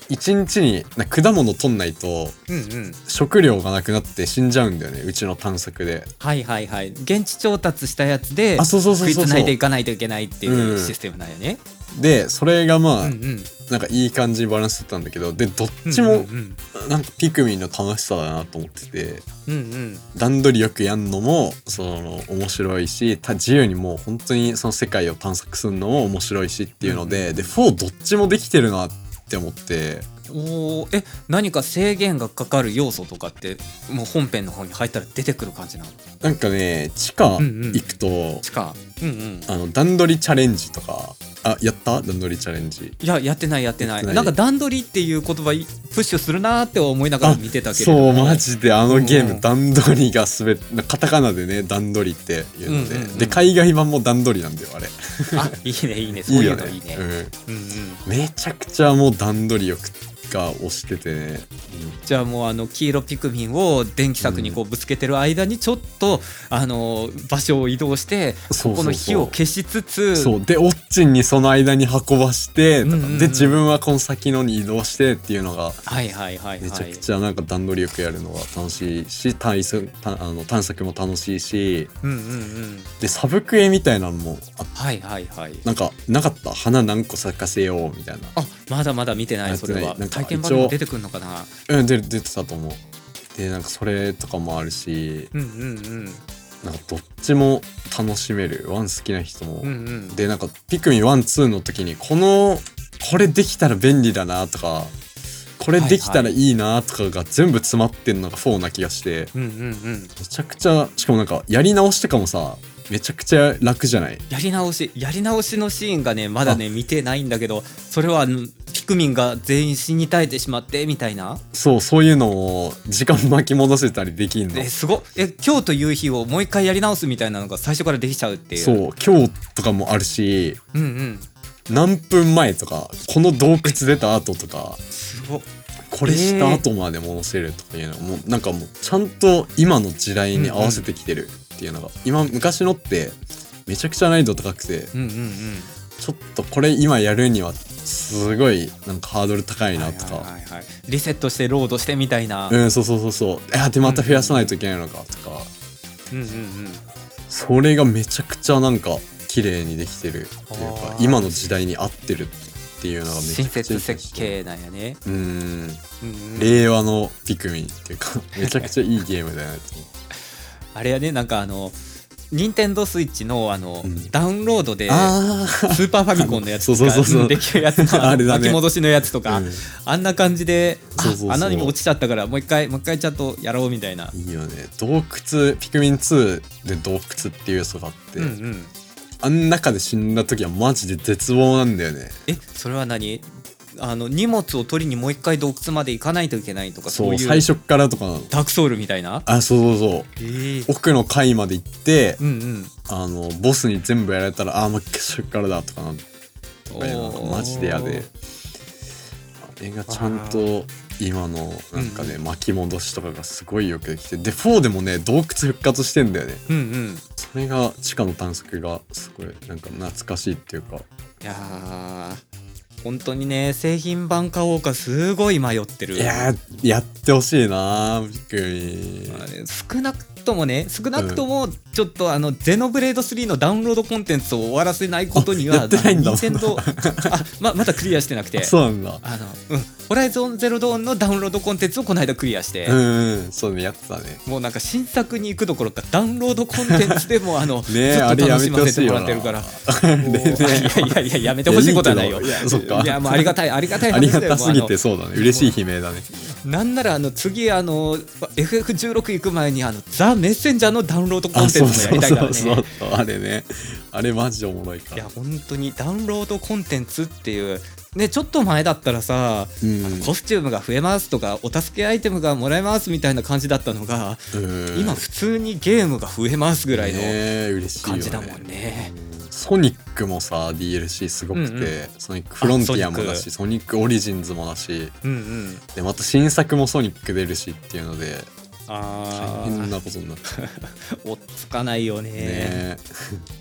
S2: 1日にな果物取んないと
S1: うんうん
S2: 食料がなくなって死んじゃうんだよねうちの探索で
S1: はいはいはい現地調達したやつで
S2: あそうそうそう
S1: 食い
S2: そう
S1: つな
S2: そ
S1: いでいうかないといけないっていうシステムなんやね
S2: でそれがまあ、
S1: うんうん
S2: なんかいい感じにバランス取ったんだけどでどっ
S1: うん
S2: ち
S1: う
S2: も、
S1: んうん
S2: なんかピクミンの楽しさだなと思ってて
S1: うんうん
S2: 段取りよくやんのもその面白いした自由にもう本当にその世界を探索するのも面白いしっていうので、で4どっちもできてるなって思って
S1: おーえ何か制限がかかる要素とかってもう本編の方に入ったら出てくる感じなの
S2: なんかね地下
S1: うんうん
S2: 行くと、
S1: しかうんうん
S2: あの段取りチャレンジとかあやった段取りチャレンジ
S1: いややってないやってな
S2: や
S1: い
S2: ってない
S1: なんか段取りっていう言葉いプッシュするなーって思いながら見てたけれど
S2: そう
S1: も
S2: マジであのゲーム、
S1: うん
S2: 段取りがすべカタカナでね段取りっていうので、
S1: うんうんうん
S2: で海外版も段取りなんだよあれ
S1: あいいねいいねそういうのいいね
S2: うん
S1: うんうん
S2: めちゃくちゃもう段取りよくが押しててね、
S1: じゃあもうあの黄色ピクミンを電気柵にこうぶつけてる間にちょっと、あの場所を移動して
S2: そうそうそう
S1: ここの火を消しつつ
S2: そうでオッチンにその間に運ばして、
S1: うんうんうん
S2: で自分はこの先のに移動してっていうのが
S1: はいはいはいはい
S2: めちゃくちゃなんか段取りよくやるのが楽しいし探索たあの探索も楽しいし
S1: うんうんうん
S2: でサブクエみたいなのもあ
S1: はいはいはい
S2: なんかなかった花何個咲かせようみたいな
S1: あまだまだ見てな
S2: や
S1: い
S2: って
S1: そ
S2: ない
S1: れは
S2: なんか
S1: 体験版で
S2: 一応
S1: も出てくるのかな
S2: うん出る出てたと思うでなんかそれとかもあるし
S1: うんうん
S2: なんかどっちも楽しめるワン好きな人
S1: うんう
S2: も
S1: んうん
S2: でなんかピクミン1、2の時にこのこれできたら便利だなとかこれできたらいいなとかが全部詰まってんのが4な気がして
S1: うんうんうん
S2: めちゃくちゃしかもなんかやり直しとかもさめちゃくちゃ楽じゃない
S1: やり直しやり直しのシーンがねまだね見てないんだけどそれはあのピクミンが全員死に絶えてしまってみたいな
S2: そうそういうのを時間巻き戻せたりできんの
S1: えすごっえ今日という日をもう一回やり直すみたいなのが最初からできちゃうっていう
S2: そう今日とかもあるし
S1: うんうん
S2: 何分前とかこの洞窟出た後とか
S1: すごっ
S2: これした後まで戻せるとかいうのも、なんかもうちゃんと今の時代に合わせてきてるっていうのが、今昔のってめちゃくちゃ難易度高くて
S1: うんうんうん
S2: ちょっとこれ今やるにはすごいなんかハードル高いなとか、
S1: はいはいはいはいリセットしてロードしてみたいな、
S2: うんそうそうそうそうあでまた増やさないといけないのかとか、
S1: うんうんうん
S2: それがめちゃくちゃなんか綺麗にできてるっていうか
S1: あー
S2: 今の時代に合ってるっていうのがめちゃ
S1: 新
S2: くちゃ
S1: 設
S2: いい感じ
S1: 設計なんやね、
S2: うん
S1: うんうん
S2: 令和のピクミンっていうかめちゃくちゃいいゲームだなと思って。
S1: あれやねなんかあの任天堂スイッチのあの、
S2: うん
S1: ダウンロードで
S2: あー
S1: スーパーファミコンのやつ
S2: そう
S1: と
S2: そう
S1: か
S2: そうそう
S1: うんできるやつの
S2: あれだね
S1: 巻き戻しのやつとか、
S2: うん
S1: あんな感じであ
S2: そうそうそう
S1: 穴にも落ちちゃったからもう一回もう一回ちゃんとやろうみたいな。
S2: いいよね洞窟ピクミン2で洞窟っていう要素があって、
S1: うんうん、
S2: あん中で死んだ時はマジで絶望なんだよね
S1: えそれは何あの荷物を取りにもう一回洞窟まで行かないといけないとか
S2: そ
S1: そうういう
S2: 最初っからとか
S1: ダークソウルみたいな
S2: あそうそうそう
S1: えー、
S2: 奥の階まで行って
S1: うんうん
S2: あのボスに全部やられたらあーもう最初っからだとかなとかいうの
S1: お
S2: が
S1: ー
S2: マジでやであれがちゃんと今のなんかね巻き戻しとかがすごいよくできてで4でもね洞窟復活してんだよね
S1: うんうん
S2: それが地下の探索がすごいなんか懐かしいっていうか
S1: いやー本当にね製品版買おうかすごい迷ってる
S2: いやーやってほしいなびっくり
S1: まあね少なくともね少なくともちょっとあの、ゼノブレード3のダウンロードコンテンツを終わらせないことには
S2: あやってないんだ
S1: あの任天堂 あままだクリアしてなくて
S2: そうなんだ
S1: あの、うん、ホライゾンゼロドーンのダウンロードコンテンツをこの間クリアして、
S2: うんうんそうねやってたね
S1: もうなんか新作に行くどころかダウンロードコンテンツでもあのず
S2: ねえ
S1: っ
S2: あ
S1: と
S2: れや
S1: 楽して
S2: め
S1: ま
S2: ほ
S1: せ
S2: しい
S1: て
S2: よ
S1: も
S2: な
S1: らってるから。もう
S2: ね
S1: いやいやいややめてほしいことはないよ。
S2: いやいいけどいやそっか
S1: もうありがたいありがたい
S2: あ
S1: 話
S2: り
S1: だよ
S2: がたすぎて
S1: も
S2: そうだね嬉しい悲鳴だね
S1: うあのなんならあの次あの FF16 行く前にあのザ・メッセンジャーのダウンロードコン
S2: あ
S1: テン
S2: そう
S1: ツもやり
S2: そう
S1: たいか
S2: そ
S1: ら
S2: うそ
S1: ね。
S2: うそうあれねあれマジおもろいか
S1: いや
S2: ら
S1: 本当にダウンロードコンテンツっていうねちょっと前だったらさ
S2: うん
S1: あのコスチュームが増えますとかお助けアイテムがもらえますみたいな感じだったのが
S2: うん
S1: 今普通にゲームが増えますぐらいの
S2: ねえ嬉しいよ
S1: 感
S2: ね
S1: じだもんね。
S2: ソニックもさ DLC すごくて、
S1: うんうん
S2: ソニックフロンティアもだ
S1: あソニッ
S2: しソニックオリジンズもだし
S1: うんうん。
S2: でまた新作もソニック出るしっていうので大
S1: あ
S2: 変
S1: あ、
S2: なことになったね
S1: 落っつかないよね。
S2: ね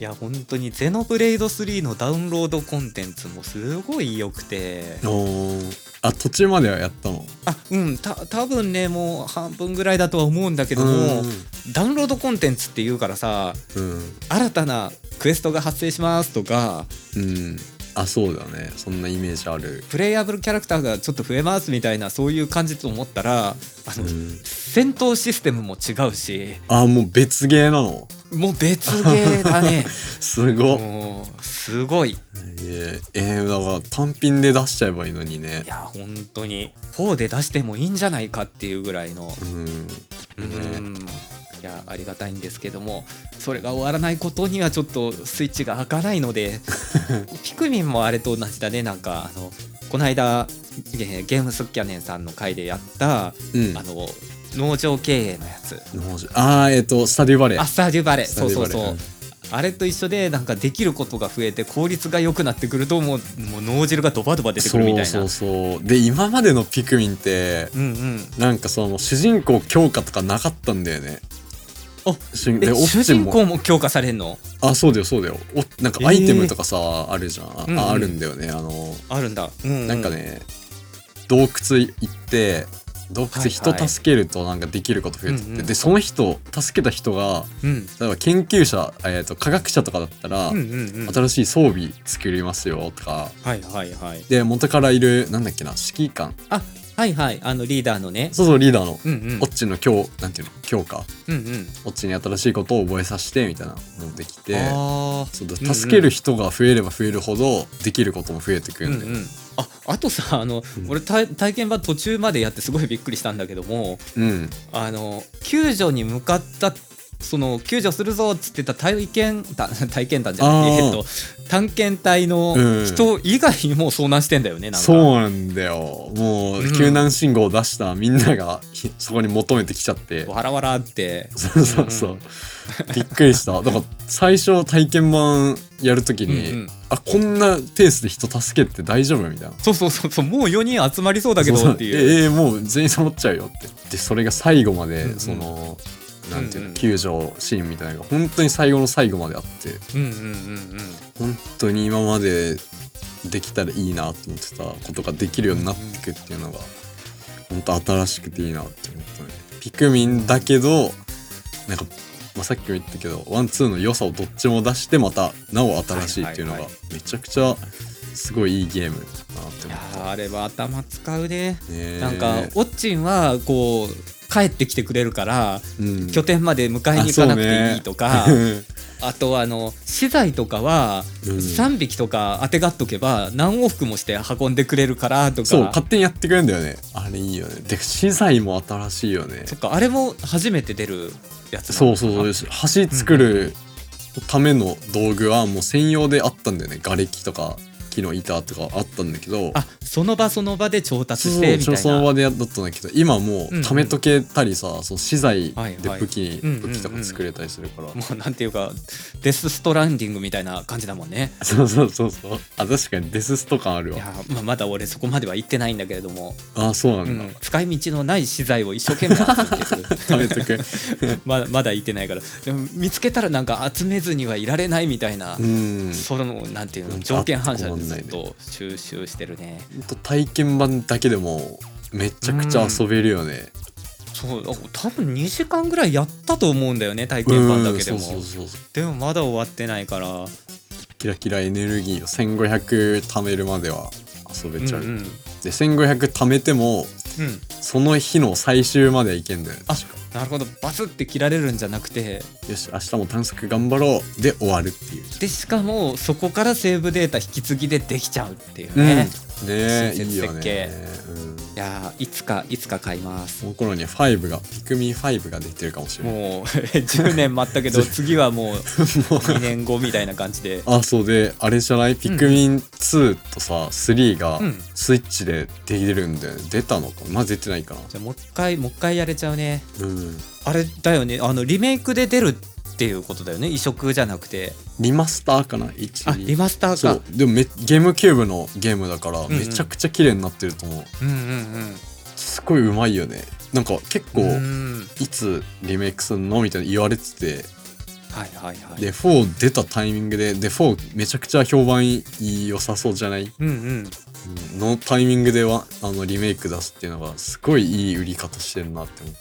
S1: いや本当にゼノブレイド3のダウンロードコンテンツもすごい良くて。
S2: おーあ途中まではやったの
S1: あうんた多分ねもう半分ぐらいだとは思うんだけども
S2: う
S1: ダウンロードコンテンツっていうからさ
S2: んうん
S1: 新たなクエストが発生しますとか
S2: うんあそうだねそんなイメージある
S1: プレイヤブルキャラクターがちょっと増えますみたいなそういう感じと思ったらあの、
S2: うん
S1: 戦闘システムも違うし
S2: あもう別ゲーなの
S1: もう別ゲーだ ね
S2: すごっ、
S1: もうすごい
S2: えー、えーだから単品で出しちゃえばいいのにね
S1: いや本当に4で出してもいいんじゃないかっていうぐらいの
S2: うん
S1: う
S2: ね
S1: んいやありがたいんですけどもそれが終わらないことにはちょっとスイッチが開かないの でピクミンもあれと同じだねなんかあのこの間えーゲームスキャネンさんの回でやったあ
S2: うん
S1: の農場経営のやつ
S2: 農場あーえっ、とスタディバレー
S1: アッサージュバレ
S2: スタ
S1: そう
S2: ディ
S1: そ
S2: バ
S1: う
S2: レ
S1: そうあれと一緒でなんかできることが増えて効率が良くなってくるともうもう脳汁がドバドバ出てくるみたいな
S2: そうそうそうで今までのピクミンって
S1: うんうん
S2: なんかその主人公強化とかなかったんだよね
S1: あ
S2: 主
S1: え
S2: でオプ
S1: 主
S2: ション
S1: 人
S2: も
S1: 公も強化されんの
S2: あそうだよそうだよおなんかアイテムとかさ、あるじゃんあ,、
S1: うんうん
S2: あるんだよねあの
S1: あるんだ、うんう
S2: なんかね、洞窟行って洞窟人
S1: はいはい
S2: 助けるとなんかできること増えてって、
S1: うんうん
S2: でその人助けた人が
S1: うん
S2: 例えば研究者、えー、と科学者とかだったら、
S1: うんうんうん
S2: 新しい装備作りますよとか
S1: はいはいはい
S2: で元からいるなんだっけな指揮官
S1: あはいはいあのリーダーのね
S2: そうそうリーダーの
S1: うんうん
S2: オッチの強なんていうの強化
S1: うんうん
S2: オッチに新しいことを覚えさせてみたいなのできて
S1: あ
S2: そう
S1: うんう
S2: だ
S1: ん
S2: 助ける人が増えれば増えるほどできることも増えてく
S1: ーう
S2: る
S1: んん
S2: で、
S1: うんああとさあの、
S2: うん
S1: 俺体体験版途中までやってすごいびっくりしたんだけども
S2: うん、
S1: あの救助に向かったその救助するぞっつってた体験た 体験団じゃない
S2: あー
S1: えっと探検隊の
S2: うん
S1: 人以外にもう遭難してんだよねなんか
S2: そうなんだよもう、
S1: うん
S2: 救難信号を出したみんながひそこに求めてきちゃって
S1: わらわらって
S2: そうそうそう、びっくりしただから最初体験版やるときに、
S1: うんうん
S2: あこんなペースで人助けて大丈夫みたいな。
S1: そうそうそうそうもう4人集まりそうだけ
S2: そ
S1: ど
S2: う
S1: っていう
S2: ええもう全員揃っちゃうよってでそれが最後まで、
S1: うんうん
S2: そのなんていうの、
S1: うんうん
S2: 救助シーンみたいなのが本当に最後の最後まであって
S1: うんうんうんうん
S2: 本当に今までできたらいいなと思ってたことができるようになってくっていうのが本当新しくていいなって思ったねピクミンだけどなんか、まあ、さっきも言ったけどワンツーの良さをどっちも出してまたなお新しいっていうの
S1: はい
S2: が
S1: はい
S2: めちゃくちゃすごいいいゲームだなっ
S1: い
S2: て思
S1: や
S2: っ
S1: ーあれは頭使うね
S2: たね
S1: なんかオッチンはこう帰ってきてくれるから
S2: うん
S1: 拠点まで迎えに行かなくていいとか
S2: あそうね
S1: あとはあの資材とかは
S2: うん
S1: 3匹とか当てがっとけば何往復もして運んでくれるからと
S2: そう
S1: か
S2: 勝手にやってくれるんだよねあれいいよねで資材も新しいよね
S1: そっかあれも初めて出るやつな
S2: そ
S1: の
S2: う
S1: か
S2: そうそう橋作るための道具はもう専用であったんだよね瓦礫とか木の板とかあったんだけど
S1: あその場その場で調達
S2: そう
S1: してみたい
S2: その
S1: な
S2: 場でやったんだけど今も
S1: うんう
S2: うんためとけたりさ、その資材で
S1: はいはい
S2: 武器、
S1: うんうんうん
S2: 武器とか作れたりするから、
S1: もうなんていうかデス・ストランディングみたいな感じだもんね
S2: そうそうそうそうあ確かにデススト感ある
S1: い
S2: わ
S1: やー、まあ、まだ俺そこまでは行ってないんだけれども、
S2: あそうなん
S1: う
S2: だ、
S1: ん、使い道のない資材を一生懸命集めてる
S2: ため とけ
S1: まだまだ行ってないからでも見つけたらなんか集めずにはいられないみたいな、
S2: うん
S1: そのなんていう
S2: な
S1: の
S2: んか
S1: 条件反射
S2: あ
S1: で
S2: こんな
S1: ず
S2: い
S1: っ
S2: ね
S1: と収集してるね
S2: ほんと体験版だけでもめちゃくちゃ遊べるよね、
S1: そうあ多分2時間ぐらいやったと思うんだよね体
S2: うん、
S1: 験版だけでも
S2: そうそうそう
S1: でもまだ終わってないから
S2: キラキラエネルギーを1500貯めるまでは遊べちゃう、
S1: うんうんうん
S2: で1500貯めてもその日の最終まではいけんだよね
S1: あ
S2: 確か
S1: なるほどバスって切られるんじゃなくて
S2: よし明日も探索頑張ろうで終わるっていう
S1: でしかもそこからセーブデータ引き継ぎでできちゃうっていう
S2: うん
S1: ね、
S2: ね
S1: 親
S2: えいい
S1: 切
S2: よ
S1: 設計
S2: ね、うん、
S1: いやーいつかいつか買います
S2: その頃には5がピクミン5ができてるかもしれない
S1: もう 10年待ったけ ど次はもう2年後みたいな感じで
S2: あそうであれじゃないピクミン2とさ3が
S1: うん
S2: スイッチでできるんだよね出たのかなまあ出てないかな
S1: じゃあもう一回もう一回やれちゃうね
S2: うん
S1: あれだよねあのリメイクで出るっていうことだよね移植じゃなくて
S2: リマスターかな一
S1: あリマスター
S2: そ
S1: か
S2: うでもめゲームキューブのゲームだから
S1: んうん
S2: めちゃくちゃ綺麗になってると思
S1: う
S2: う、
S1: んうん
S2: すごいうまいよねなんか結構
S1: うんうん
S2: いつリメイクするのみたいな言われてて
S1: はいはいはい
S2: で4出たタイミングでで4めちゃくちゃ評判いい良さそうじゃない
S1: うんうん
S2: うんのタイミングではあのリメイク出すっていうのがすごいいい売り方してるなって思っ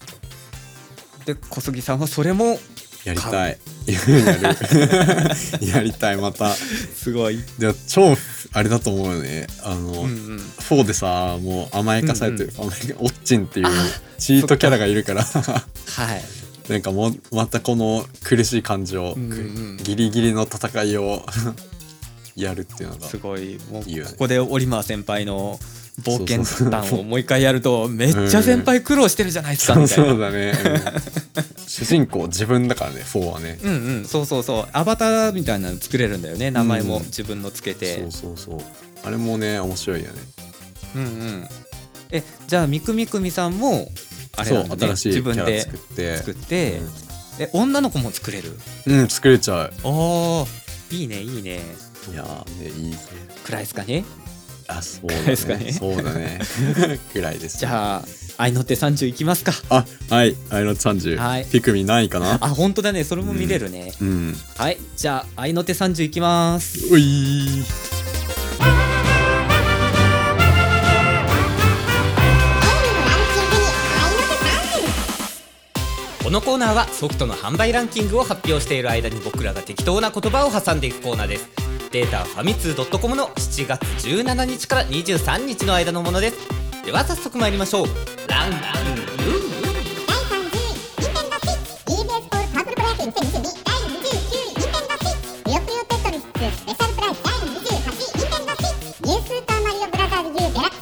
S2: た
S1: で小杉さんはそれも
S2: やり たいやるやりたいまた
S1: すごい
S2: でも超あれだと思うよねあの、
S1: うんうん
S2: 4でさもう甘やかされてる、甘やかオッチンっていうチートキャラがいるから
S1: はい
S2: なんかもうまたこの苦しい感じを、
S1: うんうん
S2: ギリギリの戦いを やるっていうのが
S1: すごいもう
S2: いいよね
S1: ここでオリマー先輩の冒
S2: そうそ
S1: 険
S2: う
S1: 談をもう一回やるとめっちゃ先輩苦労してるじゃないですかみたい
S2: そ
S1: な
S2: うだね、うん主人公自分だからね4はね、
S1: うんうんそうそうそうアバターみたいなの作れるんだよね名前も
S2: うん
S1: 自分のつけ
S2: そ
S1: て
S2: うそうそうあれもね面白いよね
S1: うんうんえじゃあみくみくみさんもあれ
S2: そ
S1: な
S2: うん
S1: だ、ね、
S2: 新しいキ
S1: 自
S2: ャ
S1: 分
S2: ラ
S1: で
S2: 作って
S1: 作って、え女の子も作れる
S2: うん、うん、作れちゃう
S1: おーいいねいいね
S2: いやーねいい
S1: くらいですかね
S2: あそうだ
S1: で
S2: ね
S1: すかね
S2: そうだ ねくらいです
S1: じゃあ愛の手30いきますか
S2: あはいアイロン30、
S1: はい
S2: ピクミン何位かな
S1: あ本当だねそれも見れるね、
S2: うん
S1: はいじゃあ愛の手30いきます
S2: うい
S1: このコーナーはソフトの販売ランキングを発表している間に僕らが適当な言葉を挟んでいくコーナーですデータはファミツー .com の7月17日から23日の間のものですでは早速参りましょうランラン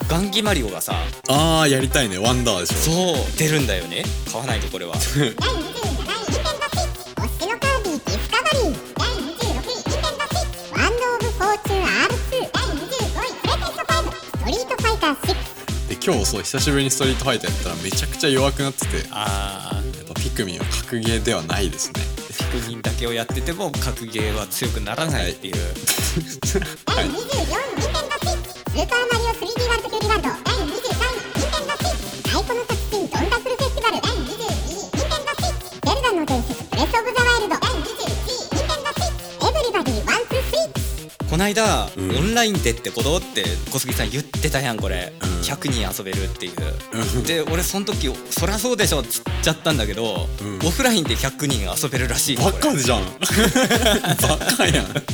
S1: ガンギマリオがさ
S2: あーやりたいねワンダーでしょ
S1: そう出るんだよね買わないとこれは
S2: で今日そう久しぶりにストリートファイターやったらめちゃくちゃ弱くなっててや
S1: あー
S2: っぱピクミンは格ゲーではないです ね
S1: ピクミンだけをやってても格ゲーは強くならないっていう、
S2: はい
S1: こないだ、
S2: うん
S1: オンラインでってことって小杉さん言ってたやんこれ、
S2: ん
S1: 100人遊べるっていう
S2: うん
S1: で俺その時そりゃそうでしょっつっちゃったんだけど、
S2: うん
S1: オフラインで100人遊べるらしいよ
S2: バ
S1: こ
S2: カ
S1: れ
S2: じゃんバカやん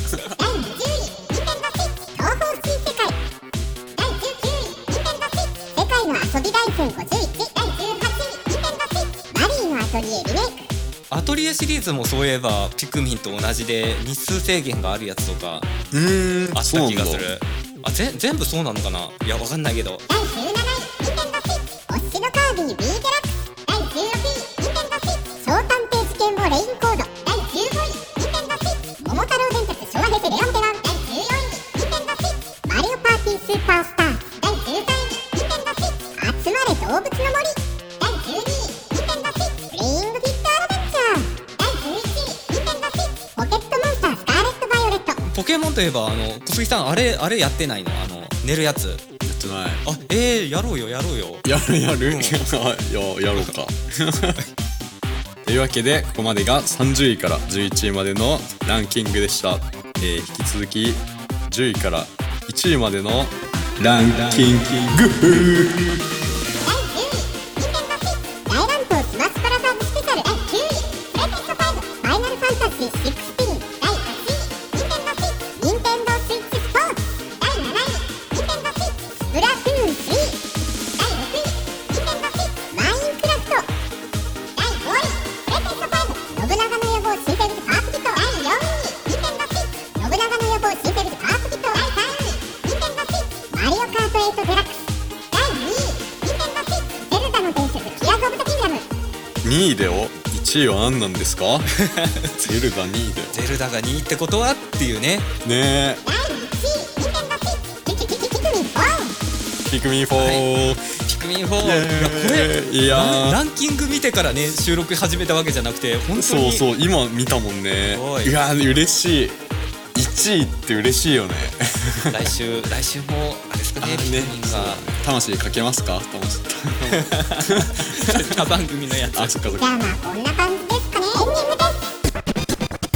S1: アトリエシリーズもそういえばピクミンと同じで日数制限があるやつとか
S2: うーん
S1: あっ
S2: そう
S1: た気
S2: なんだ
S1: がするあぜ全部そうなのかないやわかんないけど
S3: ポケットモンスタースカーレット・バイオレット
S1: ポケモンといえばあの小杉さんあれあれやってないのあの寝るやつ
S2: やってない
S1: あえー、やろうよやろうよ
S2: やる やる、
S1: うん
S2: ややろうか というわけでここまでが30位から11位までのランキングでした、えー引き続き10位から1位までのランキング
S3: 第10位任天堂 s w 大乱闘スマッシュブラザーズスペシャル第9位プレイテスト5ファイナルファンタジー16第8位任天堂 s w i t c h 任天堂 Switch 4第7位任天堂 Switch スプラトゥーン3第6位任天堂 Switch マインクラフト第5位プレイテスト5信長の野望シンペルズパースキット第4位任天堂 Switch 信長の野望シンペルズパースキット第3位任天堂 Switch マリオカート8デラックス第2位、任天堂 Switch ゼルダの伝説ティアーズ・オブ・ザ・キングダム
S2: 2位だよ1位は何なんで すかゼルダ2位だよ
S1: ゼルダが2位ってことはっていうね
S2: ね
S3: 第1位、任天堂 Switch キキキキキクミン4
S2: えピクミン4、
S1: はいピクミン4い
S2: イエ
S1: やこれ
S2: ーイいや
S1: ラン
S2: ー
S1: ランキング見てからね収録始めたわけじゃなくて本当に
S2: そう
S1: う
S2: そう今見たもんね
S1: すごい
S2: いやー嬉しい1位って嬉しい よね
S1: 来週来週もあれですか
S2: あ
S1: ね
S2: ー
S1: ピクミン
S2: そう
S1: が
S2: 魂かけますか魂
S1: 他番組のやつ
S2: あそっかそっ
S3: じ
S2: か
S3: ゃあまあこんな感じですかねエンディングです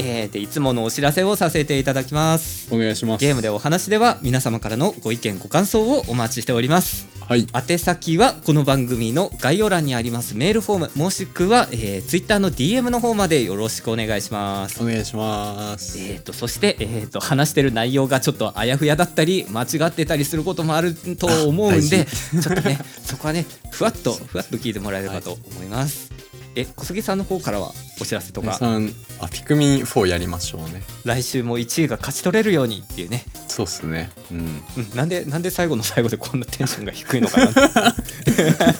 S1: えー、でいつものお知らせをさせていただきます
S2: お願いします
S1: ゲームでお話では皆様からのご意見ご感想をお待ちしております
S2: はい
S1: 宛先はこの番組の概要欄にありますメールフォームもしくは、えー、Twitter の DM の方までよろしくお願いします
S2: お願いします
S1: えー、とそして、えー、と話してる内容がちょっとあやふやだったり間違ってたりすることもあると思う
S2: あ大
S1: ん
S2: 事
S1: でちょっと ねそこはねふわっとふわっと聞いてもらえればと思います、え小杉さんの方からはお知らせと
S2: 皆
S1: か
S2: さんあピクミン4やりましょうね
S1: 来週も1位が勝ち取れるようにっていうね、
S2: そうっすねうん
S1: うん、なんでなんで最後の最後でこんなテンションが低いのかなって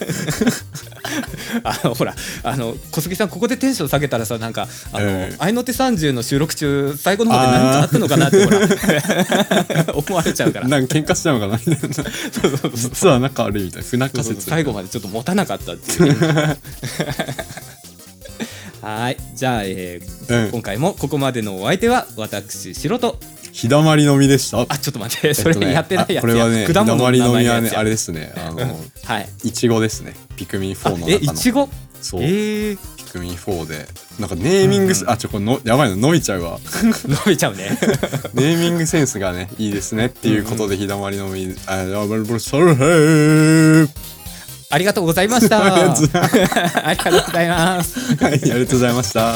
S1: あのほらあの小杉さんここでテンション下げたらさなんか「あの
S2: ええ
S1: 合いの手30」の収録中最後の方で何かあったのかなってほら 思われちゃうから
S2: なんか喧嘩しちゃうのかなみたいな実は仲悪いみたいな不仲説
S1: 最後までちょっと持たなかったっていう。 はいじゃあ、えー
S2: うん
S1: 今回もここまでのお相手は私白と
S2: 日だまりのみでした
S1: あちょっと待ってそれやってないやつや、
S2: あこれはね日
S1: 果
S2: だ
S1: 物
S2: ま
S1: の
S2: り
S1: 名
S2: の
S1: 前
S2: み
S1: の
S2: は
S1: や
S2: ね
S1: つや
S2: あれですねあの
S1: はい
S2: いちごですねピクミン
S1: あ
S2: 4の
S1: え
S2: 中
S1: いち
S2: の
S1: ご
S2: そう、
S1: えー、
S2: ピクミン4でなんかネーミングス、あちょこれのやばいの伸びちゃうわ
S1: 伸びちゃうね
S2: ネーミングセンスがねいいですねっていうことで日だまりのみあやばいブルソルヘー
S1: ありがとうございました
S2: ありがとうございま
S1: ありがとうございます
S2: はいありがとうございました